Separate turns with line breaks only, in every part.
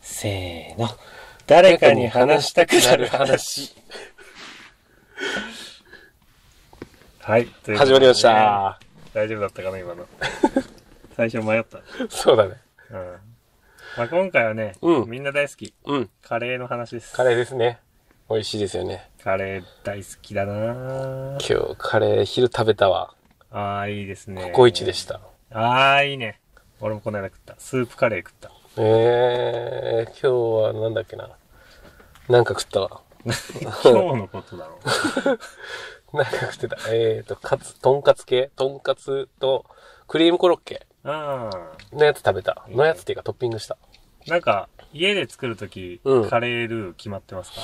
せーの。誰かに話したくなる話。
はい。ということで
始まりまし。た。
大丈夫だったかな、今の。 最初迷った。
そうだね。
うん。まあ、今回はね、
うん
みんな大好き。
うん。
カレーの話です。
カレーですね。美味しいですよね。
カレー大好きだなぁ
今日カレー昼食べたわ。
ああ、いいですね。
ココイチでした。
た。ああ、いいね。俺もこの間食った。スープカレー食っ た。
えー、今日はなんだっけな。なんか食ったわ。
今日のことだろう。
なんか食ってた。 えーと、カツ、とんかつ系とんかつとクリームコロッケ
ああ。
のやつ食べた。のやつっていうかトッピングした。
なんか、家で作るとき、
うん
カレールー決まってますか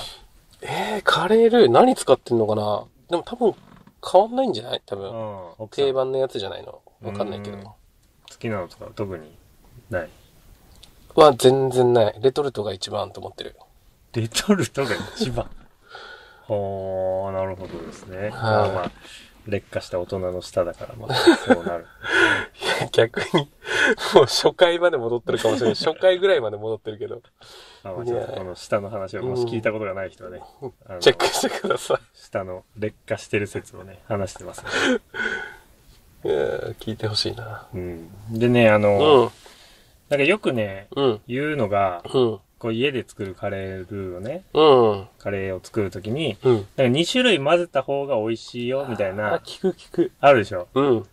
えー、カレールー何使ってんのかなでも多分変わんないんじゃない多
う
分。
ん。奥さん
定番のやつじゃないの。わかんないけ
うん
ど。
好きなのとか特にない。
は全然ない。レトルトが一番と思ってる。
レトルトが一 番。ほー、なるほどですね。まあまあ、劣化した大人の舌だから、まあ、そう なる。
逆に、もう初回まで戻ってるかもしれない。初回ぐらいまで戻ってるけど。
まあまあ、ちょっとこの舌の話をもし聞いたことがない人はね、あの
チェックしてくださ
舌の劣化してる説をね、話してますね、
い。いやー聞いてほしいな。
うん。でね、あ
う
の、
ん、
なんかよくね、
うん、
言うのが、
うん、
こう家で作るカレールーをね、
うん、
カレーを作るときに、
うん。
なんか2種類混ぜた方が美味しいよ、みたい
あ、
な、
聞く聞く。
あるでしょ。
うん、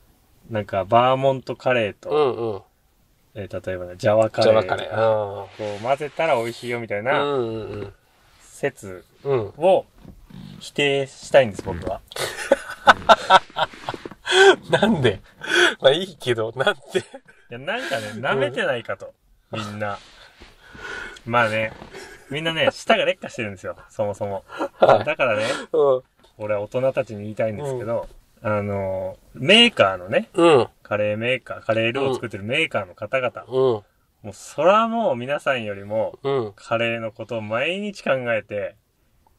なんか、バーモントカレー
う
と、
ん、うん。
えー例えばね、ジャワカ
じ
レー
ゃあ
と
わ
か
かる。あ
こう混ぜたら美味しいよみたい
あ。
な
うん、うん、
説
うん。うん。
を否定したいんです、僕は。
なんで まあいいけど、なんで
いや、なんかね、舐めてないかと。みんな。まあね、みんなね、舌が劣化してるんですよ、そもそも。
はい。
だからね、
うん
俺は大人たちに言いたいんですけど、あの、メーカーのね、
うん、
カレーメーカー、カレールーを作ってるメーカーの方々、
うん、
もうそらもう皆さんよりも、
うん。
カレーのことを毎日考えて、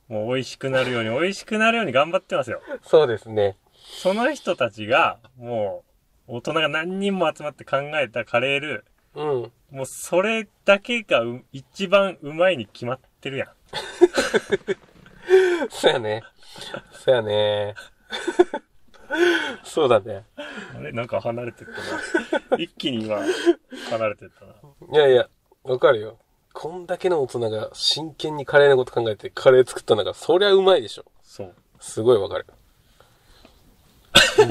もう美味しくなるように、美味しくなるように頑張ってますよ。
そうですね。
その人たちが、もう、大人が何人も集まって考えたカレール
うん。
ー、もうそれだけがう一番うまいに決まってるやん。
そうやね。そうやね。そうだね。
あれなんか離れてった な。一気に今、離れてったな。
いやいや、わかるよ。こんだけの大人が真剣にカレーのこと考えてカレー作ったんだから、そりゃうまいでしょ。
そう。
すごいわかる。で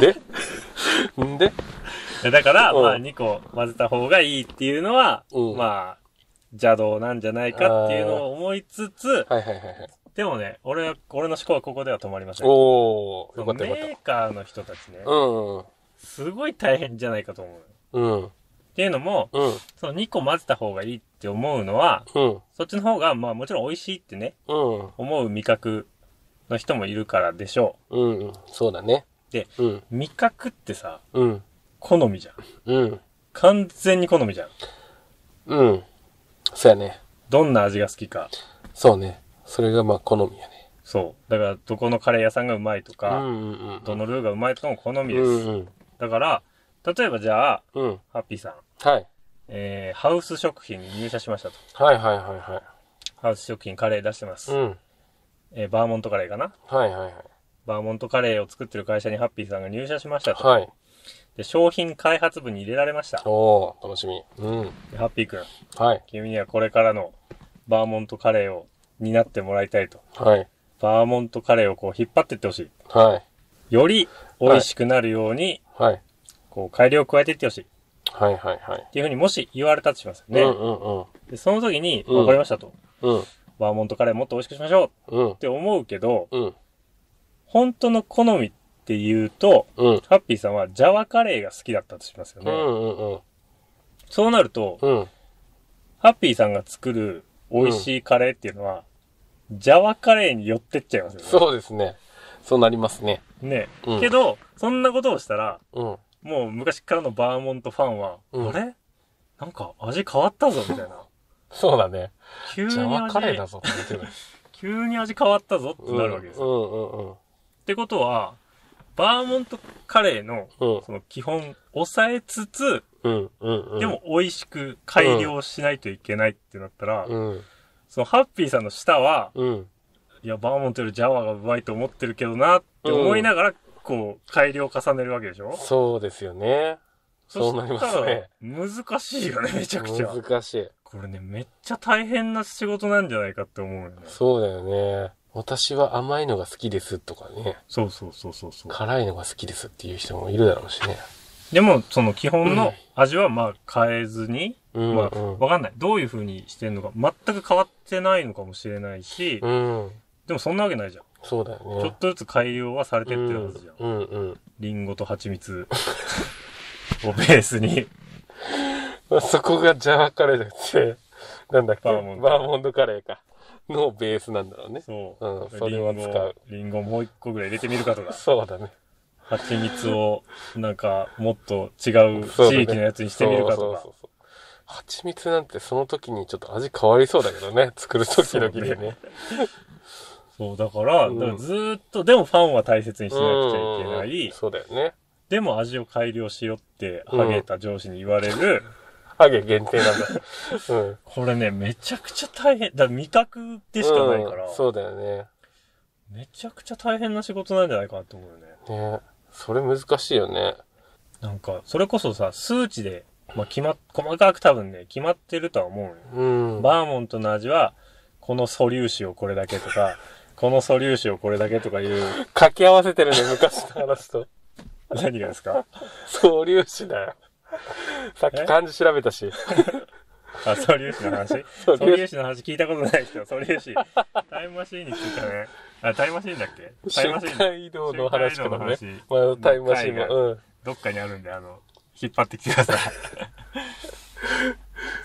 んで
でだから、
うん
まあ2個混ぜた方がいいっていうのは、
うん
まあ、邪道なんじゃないかっていうのを思いつつ、
はいはいはいはい。
でもね、俺は、俺の思考はここでは止まりません。
おー、
そ
よ
の
かったよかっ
メーカーの人たちね
た。、う
すごい大変じゃないかと思う。っ
んうん。うん。
ていうのも、
うん。
その2個混ぜた方がいいって思うのは、
うん。
そっちの方が、まあもちろん美味しいってね、
うん。
思う味覚の人もいるからでしょ
うん。そうだね。
で、
うん。
う。味覚ってさ、
うん。
好みじゃん。
うん。
完全に好みじゃん。
うん。そうやね。
どんな味が好きか。
そうね。それがまあ好みやね。
そう。だから、どこのカレー屋さんがうまいと
う
か、
んうんうん。
どのルーがうまいとかも好み
う
です。
んうん。
だから、例えばじゃあ、
うん。
ハッピーさん、
はい。
えー、ハウス食品に入社しましたと。
はいはいはいは
ハウス食品カレー出してます。
い。うん。
えー、バーモントカレーかな
はいはいはい。
バーモントカレーを作ってる会社にハッピーさんが入社しましたと。
はい。
で、商品開発部に入れられました。
おー、楽しみ。うん。
でハッピーくん、
はい。
君にはこれからのバーモントカレーを担ってもらいたいと。
はい。
バーモントカレーをこう引っ張っていってほしい。
はい。
より美味しくなるように、
はい。
こう改良を加えていってほしい。っ
はいはいはい。
ていうふうにもし言われたとしますよ
う
ね。
んうん
でその時に、
うん
わかりましたと。
うん。
バーモントカレーもっと美味しくしましょう
うん
っ。て思うけど、
うん。
本当の好みって言うと、
うん。
ハッピーさんはジャワカレーが好きだったとしますよ
う
ね。
んうん
そうなると、
うん。うん。
ハッピーさんが作る美味しいカレーっていうのは、ジャワカレーに寄ってっちゃいますよね。
そうですね。そうなりますね。
ね、
うん
けど、そんなことをしたら、
うん。
もう昔からのバーモントファンは、
うん
あれなんか味変わったぞ、みたいな。
そうだね。
急
ジ
に
ャワカレーだ
味、
ぞって言ってる。
急に味変わったぞってなるわけですよ。
うんうんうん。
ってことは、バーモントカレーの、
うん
その基本、抑えつつ、
うん、うん、うん。
で、も美味しく改良しないといけないってなったら、
うん、
そのハッピーさんの舌は、
うん。
いや、バーモントよりジャワがうまいと思ってるけどなって思いながら、こう、改良を重ねるわけでしょ
そうですよね。そうなりますね。
そしたら難しいよね、めちゃくちゃ。
難しい。
これね、めっちゃ大変な仕事なんじゃないかって思うよね。
そうだよね。私は甘いのが好きですとかね。
そうそうそうそうそう。
辛いのが好きですっていう人もいるだろうしね。
でも、その基本の味はまあ変えずに、
うん、
ま
う
あ、
ん。
わかんない。どういう風にしてんのか、全く変わってないのかもしれないし、
うん。
でもそんなわけないじゃん。
そうだよね。
ちょっとずつ改良はされてっ
う
て
ん
るはずじゃん。
うん、うん。
リンゴと蜂 蜜をベースに。
まあそこがジャワカレーだって、なんだっけ、
バ
バ
ー
ー
モンド
モンドカレーか。のベースなんだろうね。
そう。
うんそれは使う
リンゴ。リンゴもう一個ぐらい入れてみるかとか。
そうだね。
蜂蜜を、なんか、もっと違う
そうだ
地
ね
域のやつにしてみるかとか
そうそう。そうそう。蜂蜜なんてその時にちょっと味変わりそうだけどね。作る時々でね。
そう、だから、
うん
だからずーっと、でもファンは大切にしなくちゃいけな
うんうんう
い
ん。そうだよね。
でも味を改良しよって、ハゲた上司に言われる。
ハゲ限定なんだ。うん。
これね、めちゃくちゃ大変。だから味覚でしかないから、
うんそうだよね。
めちゃくちゃ大変な仕事なんじゃないかなと思うよね。
ねそれ難しいよね。
なんか、それこそさ、数値で、まあ、決まっ、細かく多分ね、決まってるとは思うよ。
うん。
バーモントの味は、この素粒子をこれだけとか、この素粒子をこれだけとかいう、
掛け合わせてるね、昔の話と。
何がですか
素粒子だよ。さっき漢字調べたし。
あ、素粒子の話素
素粒子
粒子の話聞いたことないですよ、素粒子。タイムマシーンについてね。あ、タイムマシーンだっけタイム
瞬
マシーン、
間移動の話からね
瞬間移動の話。
まあ、タイムマシン
海外
も。うん。
どっかにあるんで、あの、引っ張ってきてください。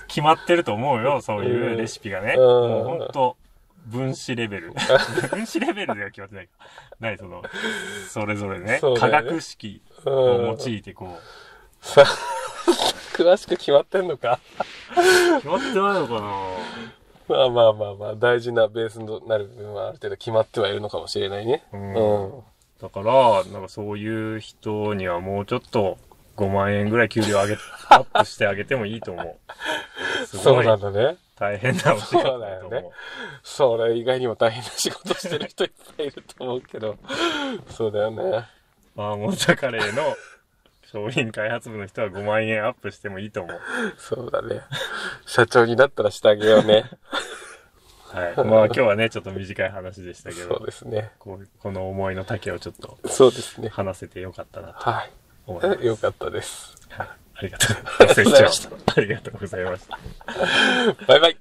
決まってると思うよ、そういうレシピがね。
うん
もうほんと、分子レ ベル。分子レベルでは決まってないか。ない、その、それぞれね、
そうだ
化
よね
学式
う
を
ん。
用いてこう、
さ、 詳しく決まってんのか
決まってないのかな
まあまあまあまあ、大事なベースになる部分はある程度決まってはいるのかもしれないね。
う
うんん。
だから、なんかそういう人にはもうちょっと5万円ぐらい給料上げ、アップしてあげてもいいと思う。す
そ
ご
う
い
なんだね。
大変なお仕事だと
そうだよ
思
ね
う。
それ以外にも大変な仕事してる人いっぱいいると思うけど。そうだよね。
バーモントカレーの商品開発部の人は5万円アップしてもいいと思う。
そうだね。社長になったらしてあげようね。
はい。 まあ今日はね、ちょっと短い話でしたけ
そう
ど、
ですね。
こうこの思いの丈をちょっと
そうですね。
話せてよかったなと
は
思います。
い。よかったです。
はいありがとうございました。ありがとうございました。
バイバイ。